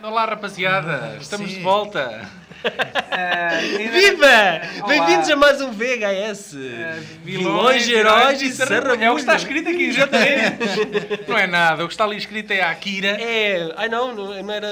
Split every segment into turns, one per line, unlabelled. Olá, rapaziada, estamos de volta.
Ah, e-
Viva!
Olá.
Bem-vindos a mais um VHS! Vilões, heróis e sarrabulhos!
É o que está escrito aqui, exatamente. Não é nada, o que está ali escrito é Akira.
É, ai não, não não era...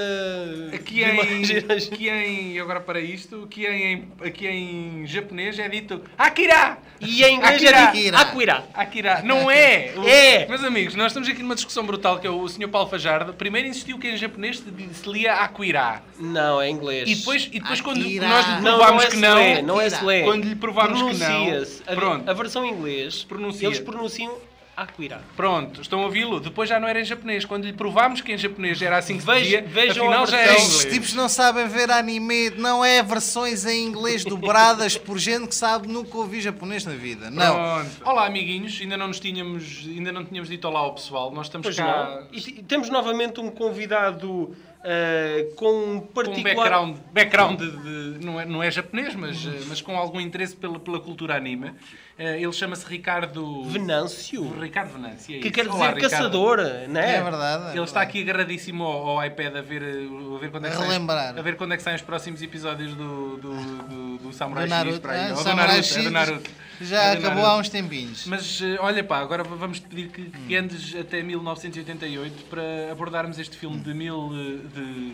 Aqui é
Vilões,
em,
heróis.
aqui em. Agora para isto, aqui em, aqui em japonês é dito Akira!
E em inglês
Akira.
era de Akira.
Akira, não é!
É.
Meus amigos, nós estamos aqui numa discussão brutal que é o Sr. Paulo Fajardo. Primeiro insistiu que em japonês se- se lia Akira.
Não, é inglês.
E depois, e depois quando
Akira.
nós lhe
não,
provámos
não é
que
Slé,
não,
não é Slé.
quando lhe provámos que não,
Pronuncia-se.
pronto,
A, a versão em inglês,
Pronuncia.
eles pronunciam Akira.
pronto, estão a ouvi-lo. Depois já não era em japonês. Quando lhe provámos que em japonês era assim que se
Veja-
dizia,
vejam
afinal
a
já era em
versão.
Estes
É inglês.
tipos não sabem ver anime, não é versões em inglês dobradas por gente que sabe nunca ouvi japonês na vida. Não.
Pronto. Olá, amiguinhos. Ainda não nos tínhamos, ainda não tínhamos dito olá ao pessoal. Nós estamos
Pois
cá um
não. E t- temos novamente um convidado ah, com um
com um
particular...
background, background de, de- não, é, não é japonês, mas, eh, mas com algum interesse pela, pela cultura anime. Eh, Ele chama-se Ricardo...
Venâncio.
O Ricardo Venâncio, é
Que
isso.
quer dizer
Olá, Ricardo.
caçador, não
É,
é?
verdade. é
Ele está
verdade.
aqui agarradíssimo ao, ao iPad a ver, uh, a ver quando é que
A
saem-
relembrar.
a ver quando é que saem os próximos episódios do, do, do, do Samurai
Do
X
Naruto,
para Oh, aí.
ah,
Ou do
Samurai
Naruto,
X,
é do Naruto.
Já
É do
acabou
Naruto.
há uns Hum. tempinhos.
Mas eh, olha pá, agora v- vamos te pedir que, que andes até 1988 para abordarmos este
Hum.
filme de mil eh, de,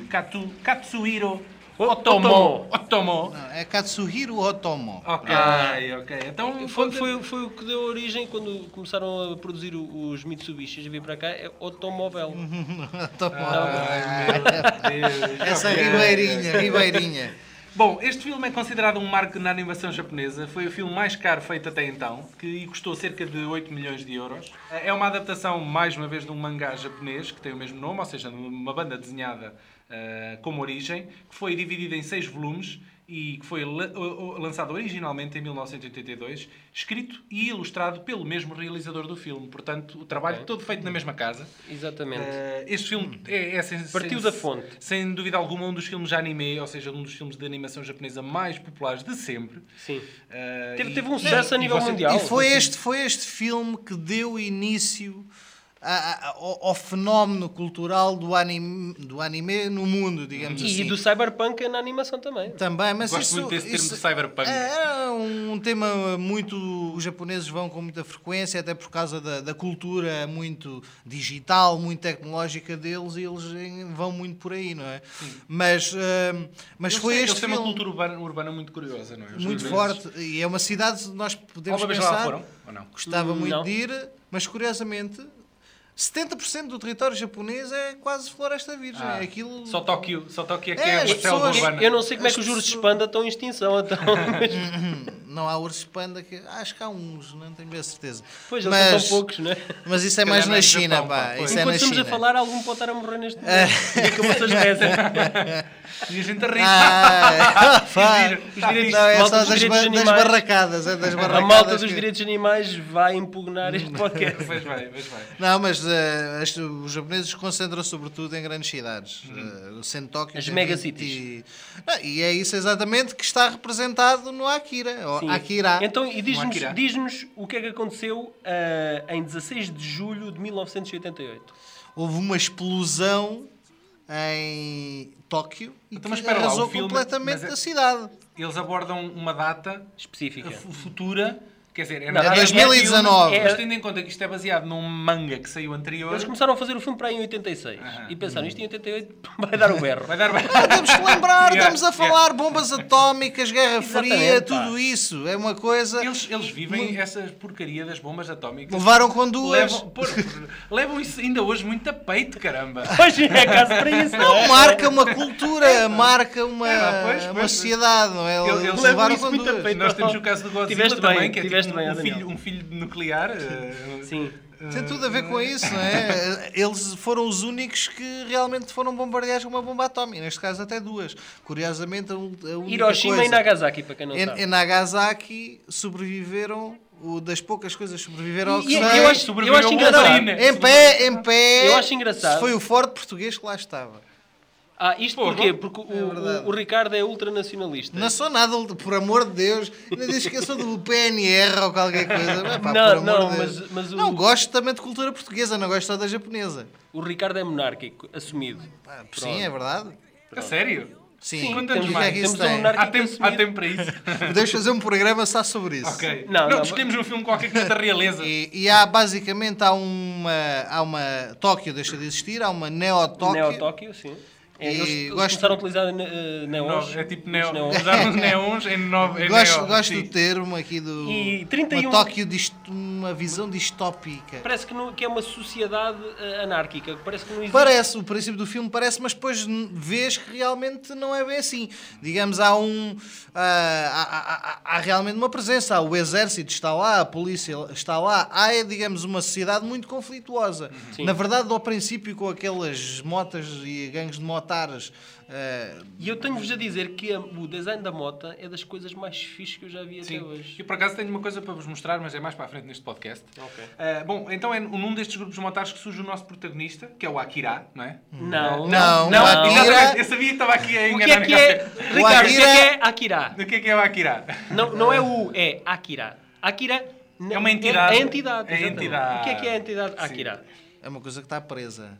de Katu, Katsuhiro
O-
Otomo.
Otomo.
Otomo.
Não, é Katsuhiro Otomo.
Ok,
Ah.
ok. Então
Foi,
conta-
foi, foi o que deu origem quando começaram a produzir o- os Mitsubishis e vir para cá, é automóvel.
Uhum. Otomo.
Ai, meu Deus.
Ah, Essa
Ah. Ok.
ribeirinha, ribeirinha.
Bom, este filme é considerado um marco na animação japonesa. Foi o filme mais caro feito até então, que e custou cerca de 8 milhões de euros. É uma adaptação, mais uma vez, de um mangá japonês, que tem o mesmo nome, ou seja, de uma banda desenhada ah, como origem, que foi dividida em seis volumes e que foi la- o- o- lançado originalmente em 1982, escrito e ilustrado pelo mesmo realizador do filme. Portanto, o trabalho todo feito na mesma casa.
Exatamente.
Eh, este filme é, é sem,
Hum. Partiu
sem-
da fonte.
Sem dúvida alguma, um dos filmes de anime, ou seja, um dos filmes de animação japonesa mais populares de sempre.
Sim.
É,
Eh,
Teve,
e-
teve um sucesso a
e
nível
você-
mundial.
E foi este, foi este filme que deu início a- a- ao, ao fenómeno cultural do anime, do anime no mundo, digamos
E
assim.
do Cyberpunk é na animação também.
Também, mas
Hum. Gosto
isso,
muito desse termo
isso
de cyberpunk.
É um tema muito. Os japoneses vão com muita frequência, até por causa da, da cultura muito digital, muito tecnológica deles, e eles em- vão muito por aí, não é? Mas, hum, mas
Eles
foi
têm-
este
Eles têm uma
filme
cultura urbana, urbana muito curiosa, não é? Os
muito
japoneses.
forte e é uma cidade que nós podemos
Alguma vez
pensar
lá foram? Ou não?
gostava
Hum,
muito
não.
de ir, mas curiosamente 70% do território japonês é quase floresta virgem.
Ah,
Aquilo
Só Tóquio, só Tóquio é que
É,
é,
as
uma selva
pessoas-
urbana.
Eu não sei como é que
As
os juros de
pessoas-
espanda estão em extinção. Então, mas,
não há ursos panda que acho que há uns, não tenho bem a certeza.
pois eles são tão poucos, não é?
Mas isso é
Calhar
mais
não é
na
no
China,
Japão, pá,
pá.
pois.
Isso é
Enquanto
na
estamos
China. É.
a falar, algum pode estar a morrer neste momento. é E como vocês rezam.
E a gente ri.
Ah,
Os
pá.
direitos- os
Não,
direitos-
é
malta
só
dos
das,
direitos
ba- das
animais.
barracadas, é das
A
barracadas.
malta dos
que-
direitos animais vai impugnar este podcast.
Pois bem, pois bem.
Não, mas eh, as- os japoneses concentram sobretudo em grandes cidades. Eh, o centro de Tóquio
As
tem
mega
20
cities.
E... Ah, e é isso exatamente que está representado no Akira. Ou
Sim.
Akira.
Então, e
Não há
diz-nos
que irá.
diz-nos o que é que aconteceu ah, em 16 de julho de 1988.
Houve uma explosão em Tóquio e
Então, mas
que
espera lá, o
arrasou
filme-
completamente
mas é-
a cidade.
Eles abordam uma data
Específica.
fu- futura, quer dizer, é
é? Não,
nada-
é
2019.
Mas tendo em conta que isto é baseado num manga que saiu anterior,
Eles começaram a fazer o filme para aí em 86.
Aham.
E pensaram, isto em 88 vai dar o berro.
vai dar bem.
Ah, temos que lembrar,
Yeah,
estamos a
yeah.
falar bombas atómicas, Guerra Fria,
Exatamente, pá.
tudo isso. É uma coisa.
Eles, eles vivem essa porcaria das bombas atómicas.
Levaram com duas.
Levam, pô, levam isso ainda hoje muito a peito, caramba.
Pois é, caso para isso.
Não marca uma cultura, marca uma,
É, lá, pois,
uma
pois.
sociedade, não é?
Eles-
Eles,
eles
levam
levaram
isso
com
muito a
duas.
peito.
Nós temos o caso do Godzilla
Tiveste
também,
bem,
que é
tiveste
tipo um,
bem,
um
Daniel.
filho, um filho nuclear. eh,
Sim.
eh,
Tem tudo a ver com isso, não é? Eles foram os únicos que realmente foram bombardeados com uma bomba atómica, neste caso até duas. Curiosamente, a ul- a única
Hiroshima
coisa,
e Nagasaki, para quem não
Em,
sabe.
em Nagasaki sobreviveram, o, das poucas coisas que sobreviveram ao
E-
que
e-
veio-
eu acho-
sobreviveu
acho
a uma
engraçado.
marina.
Em pé, em pé.
Eu Né? acho engraçado.
Foi o forte português que lá estava.
Ah, isto
Porra.
porquê? Porque o,
É verdade.
o- o Ricardo é ultranacionalista.
Não sou nada, por amor de Deus. Não diz que eu sou do PNR ou qualquer coisa. Pá, por
Não,
amor
não,
de Deus.
mas- mas o-
Não, gosto também de cultura portuguesa, não gosto só da japonesa.
O Ricardo é monárquico, assumido.
Pá, sim, é verdade.
A sério?
Sim,
Sim,
Quanto
temos
tempo
mais,
é que isso
temos um
tem?
monarca-
Há tempo, há tempo para isso.
Podemos fazer um programa só sobre isso.
ok.
Não,
Não,
não, É,
escolhemos um filme qualquer que da realeza.
E, e há basicamente há uma, há uma Tóquio deixa de existir, há uma Neo-Tóquio.
Neo-Tóquio, sim. É,
E
eles, eles
gosto-
começaram a utilizar eh, neons.
Não, é tipo
os
neon.
neons.
Usaram os neons em nove. em
gosto
neon,
gosto
É sim.
do termo aqui do
E 31
uma Tóquio dist- uma visão distópica.
Parece que, não- que é uma sociedade eh, anárquica. que Parece que não existe.
Parece, o princípio do filme parece, mas depois n- vês que realmente não é bem assim. Digamos, há um. ah, há, há- há- há realmente uma presença. Há o exército está lá, a polícia está lá. Há, é, digamos, uma sociedade muito conflituosa.
Sim.
Na verdade, ao princípio, com aquelas motas e gangues de motares. ah,
E eu tenho-vos a dizer que a- o design da moto é das coisas mais fixes que eu já vi até
Sim.
hoje.
E por acaso tenho uma coisa para vos mostrar, mas é mais para a frente neste podcast.
Ok.
Ah, bom, então é num destes grupos motares que surge o nosso protagonista, que é o Akira, não é?
Não.
Não,
Hum. não.
o Akira-
Exatamente, eu sabia que estava aqui a
O que é
enganar-me.
que é? Ricardo, o que é que é Akira?
Do que é que é o Akira?
Não, não é o U, é Akira. Akira n-
É uma entidade.
É a entidade.
É a
exatamente.
entidade.
O que é que é a entidade
Sim.
Akira?
É uma coisa que está presa.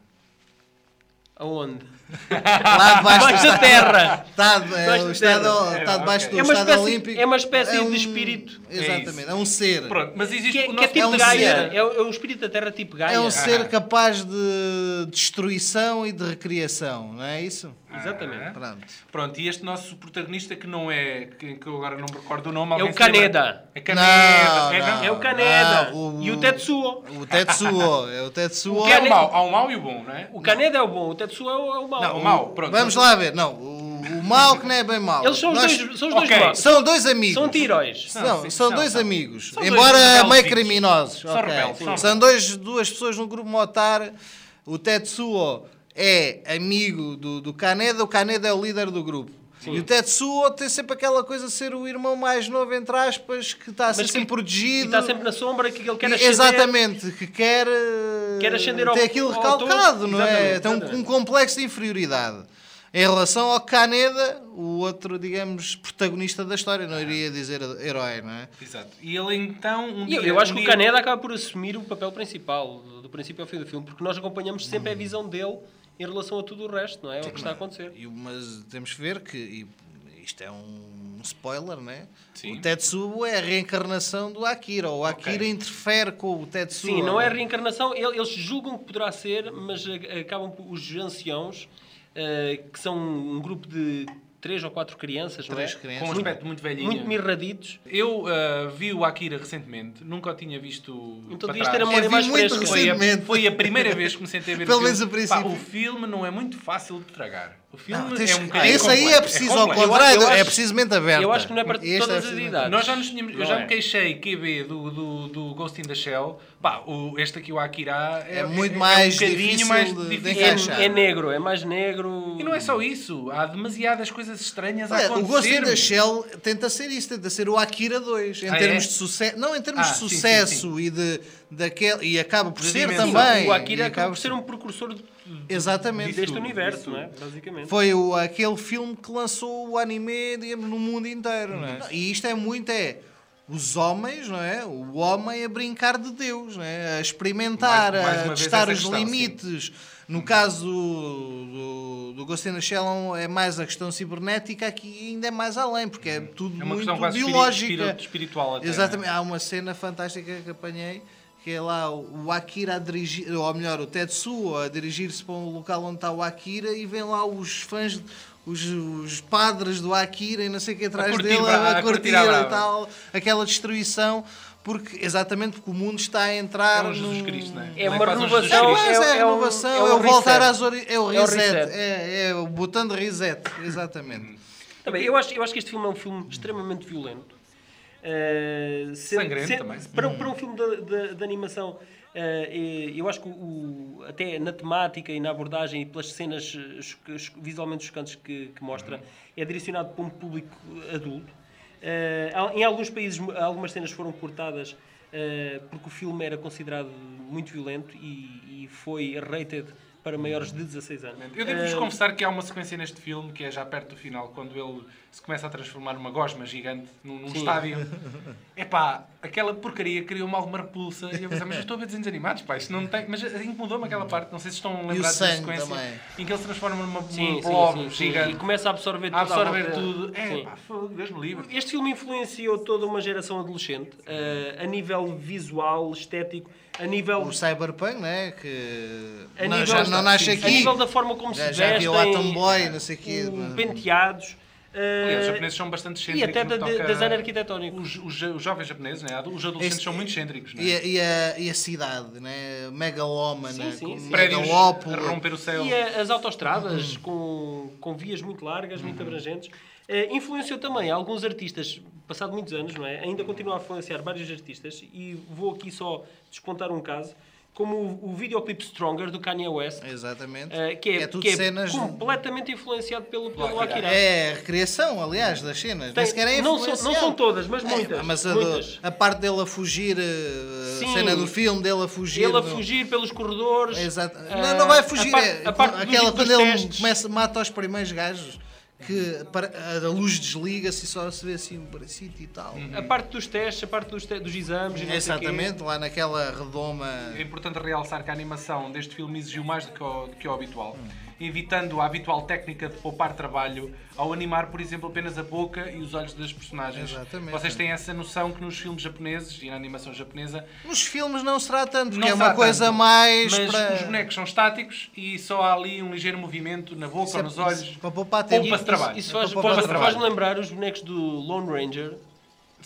Aonde?
Lá debaixo
Debaixo da
está-
terra.
Está,
Debaixo
é,
da
o estado,
terra.
está debaixo do
É
uma
Estado
espécie-
Olímpico. um
é uma espécie de espírito.
É
Exatamente,
isso.
é, um ser.
Pronto, mas existe
Que é,
o
que é
nosso...
tipo
um
de Gaia.
ser.
É, o- é o espírito da Terra tipo Gaia.
É um
Ah.
ser capaz de destruição e de recriação, não é isso?
Ah.
Exatamente.
Pronto.
Pronto, e este nosso protagonista que não é... Que, que eu agora não me recordo o nome.
É
alguém
o
se lembra?
Caneda.
É Caneda. é,
Não,
não?
É o Caneda.
não, Ah, o-
E o Tetsuo.
O Tetsuo, é o Tetsuo.
Que é o mau. Há o mau e o bom, não é?
O Caneda é o bom, o Tetsuo é o, é o mau.
Não, o mau. Pronto.
Vamos lá ver, não, o, o mau que não é bem mau.
Eles são os
Nós-
dois, são os dois
Ok.
maus.
São dois amigos.
São anti-heróis.
São,
Não, sim,
são
são,
dois
são.
amigos,
São dois
embora
rebeldes.
meio criminosos.
São
ok.
rebeldes, são
São dois, duas pessoas num grupo motar. O Tetsuo é amigo do, do Kaneda, o Kaneda é o líder do grupo. E o Tetsuo tem sempre aquela coisa de ser o irmão mais novo, entre aspas, que está a ser
que-
sempre
E
protegido.
está sempre na sombra que ele quer
E-
ascender.
Exatamente, que quer, eh,
Quer ascender ao-
ter aquilo
ao topo.
recalcado, não é?
Exatamente,
Tem um,
exatamente.
um complexo de inferioridade. Em relação ao Caneda, o outro, digamos, protagonista da história, não iria dizer herói, não é?
Exato. E ele então... Um
E
dia,
Eu, eu acho
um
que o
dia-
Caneda acaba por assumir o papel principal, do do princípio ao fim do filme, porque nós acompanhamos sempre a visão dele em relação a tudo o resto, não é? O que está a acontecer.
E o- mas temos que ver que e isto é um spoiler, não é?
Sim.
O Tetsuo é a reencarnação do Akira. O Akira
Ok.
interfere com o Tetsuo. Ah,
Sim, não é reencarnação, ele- eles julgam que poderá ser, mas a- acabam por- os anciãos, eh, que são um grupo de três ou quatro crianças, não é?
Três
Com um
crianças.
aspecto muito velhinho.
Muito mirraditos.
Eu ah, vi o Akira recentemente, nunca o tinha visto.
Então
para
devias ter
trás. É
a memória
Eu vi
mais
muito
fresca.
Foi a,
Recentemente.
foi a primeira vez que me sentei a ver
Pelo
o
menos
filme.
o princípio.
Pá, o filme não é muito fácil de tragar. O filme é
Não, tens-
um bocadinho
esse aí
complexo.
é preciso ao
complexo.
quadrado,
Eu acho-
é preciso mente aberta.
eu acho que não é para
Este
todas as
precisamente-
idades.
Nós já nos tínhamos, eu
Não
já
é.
me queixei QB do, do, do Ghost in the Shell. Pá, o, este aqui, o Akira,
É muito mais
um
difícil de- de encaixar.
É, é negro, é mais negro.
E não é só isso, há demasiadas coisas estranhas a
Olha,
acontecer.
É, o Ghost in the
meu.
Shell tenta ser isso, tenta ser o Akira 2, em
Ah, é?
termos de sucesso. Não, em termos
Ah,
de
sim, sim,
sucesso e de daquele. E acaba por
De
ser
dimensão.
também.
o Akira
e
acaba
acaba
por ser um precursor de-
Exatamente.
deste
tudo,
universo,
diz tudo.
não é? Basicamente.
Foi o, aquele filme que lançou o anime, digamos, no mundo inteiro, não
Uhum.
é? E isto é muito, é os homens, não é? O homem a brincar de Deus, não é? A experimentar,
Mais- mais uma
a
vez
testar
essa
os
questão, Uhum.
limites. No caso do, do Ghost in the Shell é mais a questão cibernética, aqui ainda é mais além, porque é tudo
É uma
muito
questão quase espiri-
biológica.
espiri- espiritual até. né?
Exatamente. Há uma cena fantástica que apanhei, que é lá o o Akira a dirigir, ou melhor, o Tetsuo a dirigir-se para um local onde está o Akira e vêm lá os fãs, os, os padres do Akira e não sei o que atrás
curtir
dele
bra- a
a
curtir
curtir
à
e
brava.
tal, aquela destruição, porque, exatamente porque o mundo está a
É
entrar
um Jesus
no-
Cristo, não é?
É uma
Não quase um Jesus
renovação.
Cristo.
É, mas é, a
é um-
renovação,
é
é,
um
o voltar
reset.
às origens, é o
É o
reset,
reset.
É, é o botão de reset,
Uhum.
exatamente.
Também, Tá eu, acho, eu acho que este filme é um filme extremamente violento. Eh, sendo-
Sangrento
sendo-
também.
Para, para um filme de, de- de animação, eh, eh, eu acho que o- o- até na temática e na abordagem e pelas cenas eh, cho- cho- visualmente chocantes que, que mostra, é direcionado para um público adulto. Eh, há- em alguns países, algumas cenas foram cortadas eh, porque o filme era considerado muito violento e, e foi rated para maiores de 16 anos.
Eu devo-vos confessar que há uma sequência neste filme que é já perto do final, quando ele se começa a transformar numa gosma gigante num, num estádio. Epá, aquela porcaria criou-me alguma repulsa. E eu pensei, mas eu estou a ver desenhos animados, pá, isto não tem. Mas eh, incomodou-me
Hum.
aquela parte, não sei se estão lembrados da
sangue
sequência
também.
em que ele se transforma numa num
Sim, sim,
blob
sim, sim.
um gigante.
E começa a absorver tudo.
a
à
absorver
volta.
tudo. É,
Sim.
pá, fogo, Deus me livre.
Este filme influenciou toda uma geração adolescente, eh, a nível visual, estético, a nível
O Cyberpunk, né? Que
A
não,
nível-
já não nasce
sim, sim. A
aqui.
nível da forma como
Já-
se
já
vestem,
havia o Atom Boy, não sei quê,
o-
mas-
penteados.
Aliás, os
eh,
japoneses são bastante
e
cêntricos.
até
no que
da, de-
toca-
design arquitetónico.
os, os, jo- os jovens japoneses, né? os adolescentes
Este-
são muito cêntricos. Né?
E
é-
a, e a- e a cidade, né?
Sim,
Megalómana,
sim,
com
sim.
Prédios a
megalópolis.
romper o céu.
é E é a- as autoestradas com, com vias muito largas, muito abrangentes. Eh, influenciou também alguns artistas, passado muitos anos, não é? Ainda continua a influenciar vários artistas e vou aqui só despontar um caso, como o, o videoclipe Stronger do Kanye West,
Exatamente.
eh, que é,
tudo
que é
cenas.
completamente influenciado pelo, pelo
Lá,
Akira.
É a recriação, aliás, das cenas.
Tem-
Nem sequer é
não, são, não
influencial.
são todas, mas
É,
muitas.
mas a, do-
muitas.
a parte dele a fugir, eh, a
Sim.
cena do filme dele a fugir.
Ele a
do-
fugir pelos corredores.
Exato.
ah,
não, não vai fugir.
A parte,
é
a parte dos,
aquela quando
dos
ele
testes.
começa, mata os primeiros gajos, que para- a luz desliga-se e só se vê assim um bracito e tal. É
A parte dos testes, a parte dos, te- dos exames. e não sei
Exatamente, lá naquela redoma.
É importante realçar que a animação deste filme exigiu mais do que o, do que o habitual, evitando a habitual técnica de poupar trabalho ao animar, por exemplo, apenas a boca e os olhos das personagens.
Exatamente.
Vocês têm essa noção que nos filmes japoneses e na animação japonesa
Nos filmes não será tanto, porque
não
é
será
uma coisa
tanto,
mais
mas
para.
os bonecos são estáticos e só há ali um ligeiro movimento na boca
Isso
ou
é-
nos olhos.
isso- para poupar tempo.
Poupa-se
Isso-
trabalho.
Isso faz-
Então,
poupa
faz- faz-me
trabalho.
lembrar os bonecos do Lone Ranger.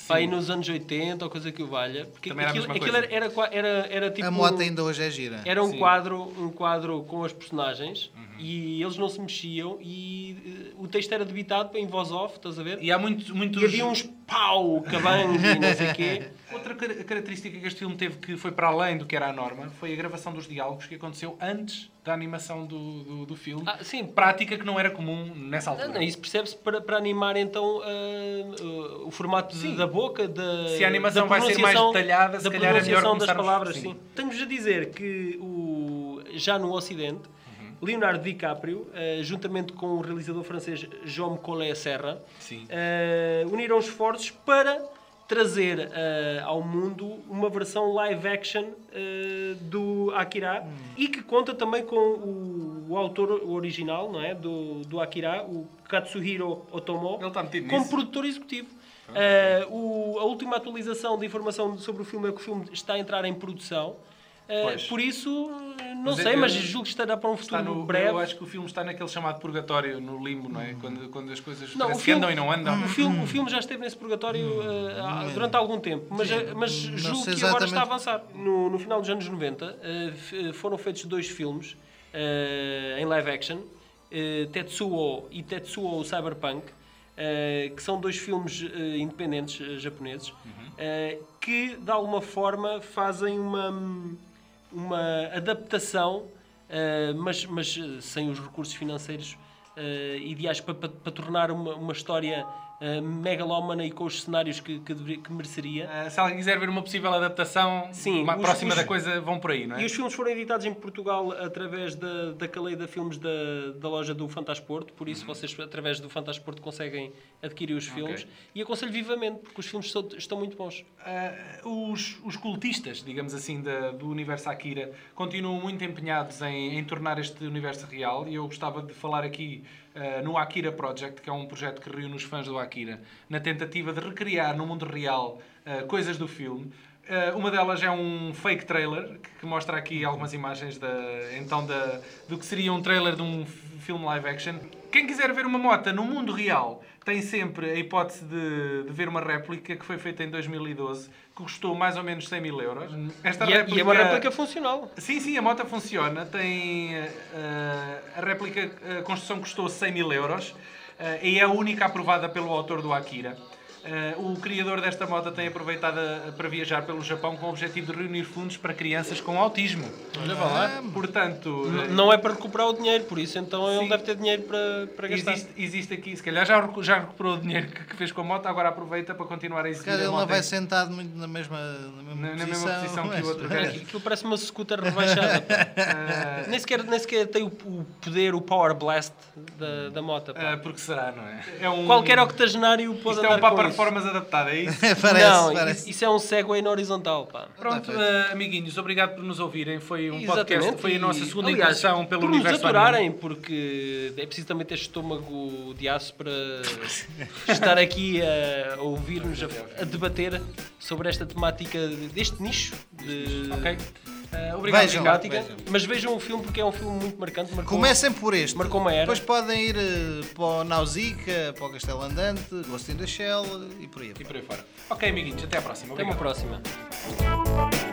pá, Aí nos anos 80 ou coisa que o valha. Porque
Também era a
aquilo,
mesma
aquilo
coisa.
era, qua- era, era tipo.
A moto ainda hoje é gira.
Era um
Sim. Uhum.
quadro, um quadro com as personagens e eles não se mexiam e eh, o texto era debitado em voz off, estás a ver?
E há muito, muitos.
E havia uns pau, cabangue e não sei quê.
Outra car- característica que este filme teve que foi para além do que era a norma foi a gravação dos diálogos que aconteceu antes da animação do, do, do filme.
Ah, sim.
Prática que não era comum nessa altura.
Não, não, isso percebe-se para, para animar então ah, ah, o formato de- da boca, da
Se a animação
da
vai ser mais
pronunciação-
detalhada, se
da
calhar é melhor
pronunciação das
começarmos- assim.
palavras,
sim.
sim. Estamos a dizer que o, já no Ocidente,
Uhum.
Leonardo DiCaprio, ah, juntamente com o realizador francês Jaume Collet Serra,
Sim.
ah, uniram esforços para trazer ah, ao mundo uma versão live action ah, do Akira
Hum.
e que conta também com o, o autor original não é do, do Akira o Katsuhiro Otomo
Ele está metido
como
nisso.
produtor executivo Ah, o- a última atualização de informação sobre o filme é que o filme está a entrar em produção Ah,
Pois.
por isso eh, não
Mas
sei
eu-
mas julgo que estará para um
Está
futuro
no,
breve
eu acho que o filme está naquele chamado purgatório, no limbo, não é? Quando, quando as coisas
Não, o
parece que
filme- Hum.
andam e não andam. Hum.
O filme, o filme já esteve nesse purgatório eh, há- durante algum tempo, mas, eh, mas julgo que
sei
agora está a
exatamente.
avançar. No, no final dos anos 90 eh, f- foram feitos dois filmes eh, em live action, eh, Tetsuo e Tetsuo Cyberpunk, eh, que são dois filmes eh, independentes eh, japoneses, eh, que de alguma forma fazem uma, uma adaptação, eh, mas, mas eh, sem os recursos financeiros eh, ideais para, tornar uma, uma história eh, megalómana e com os cenários que, que, deveria- que mereceria.
Ah, se alguém quiser ver uma possível adaptação
Sim,
mais
os-
próxima
os-
da coisa, vão por aí, não é?
E os filmes foram editados em Portugal através da, da Caleida Filmes da, da loja do Fantasporto, por
Uhum.
isso vocês através do Fantasporto conseguem adquirir os filmes. E aconselho vivamente, porque os filmes são- estão muito bons.
Ah, os, os cultistas, digamos assim, da- do universo Akira continuam muito empenhados em, em tornar este universo real e eu gostava de falar aqui ah, no Akira Project, que é um projeto que reúne os fãs do Akira, na tentativa de recriar no mundo real ah, coisas do filme. Ah, uma delas é um fake trailer que, que mostra aqui algumas imagens da, então da, do que seria um trailer de um f- filme live action. Quem quiser ver uma mota no mundo real tem sempre a hipótese de, de ver uma réplica que foi feita em 2012 que custou mais ou menos 100 mil euros. Esta
E é, e é uma réplica funcional.
Sim, sim, a moto funciona. Tem eh, a réplica, a construção custou 100 mil euros eh, e é a única aprovada pelo autor do Akira. Uh, o criador desta moda tem aproveitado a- para viajar pelo Japão com o objetivo de reunir fundos para crianças com autismo.
Olha, vá lá.
Portanto,
N- Não é para recuperar o dinheiro, por isso então ele deve ter dinheiro para, para gastar.
Existe, existe aqui, se calhar já, recu- já recuperou o dinheiro que, que fez com a moto, agora aproveita para continuar a exibir
Cara, ele
a
não
moto.
vai
em-
sentado muito na mesma, na mesma
Na- na mesma
posição.
posição que o
mas-
outro
Cara,
gajo.
Aquilo parece uma scooter rebaixada. pá. nem, sequer, nem sequer tem o, o poder, o power blast da, da moto. pá.
Ah, porque será, não é? é um,
Qualquer octogenário pode
Isto é
andar
um pá
com
para
isso.
formas adaptada, é isso?
parece,
não,
parece.
isso é um Segway na horizontal, pá.
Pronto, ah, amiguinhos, obrigado por nos ouvirem. Foi um podcast,
Exatamente,
foi a
e-
nossa segunda
aliás,
ingressão pelo
por nos
universo anime.
aturarem, porque é preciso também ter estômago de aço para estar aqui a ouvir-nos, a, a debater sobre esta temática, deste nicho. De,
Ok? Ah, obrigado,
Vejam.
Ricardo.
temática. Mas vejam o filme porque é um filme muito marcante. Marcou,
Comecem por este.
marcou uma era.
Depois podem ir eh, para o Nausica, para o Castelo Andante, Ghost in the Shell e por aí.
E por aí fora. Ok, amiguinhos, até à próxima.
Até uma
Obrigado.
próxima.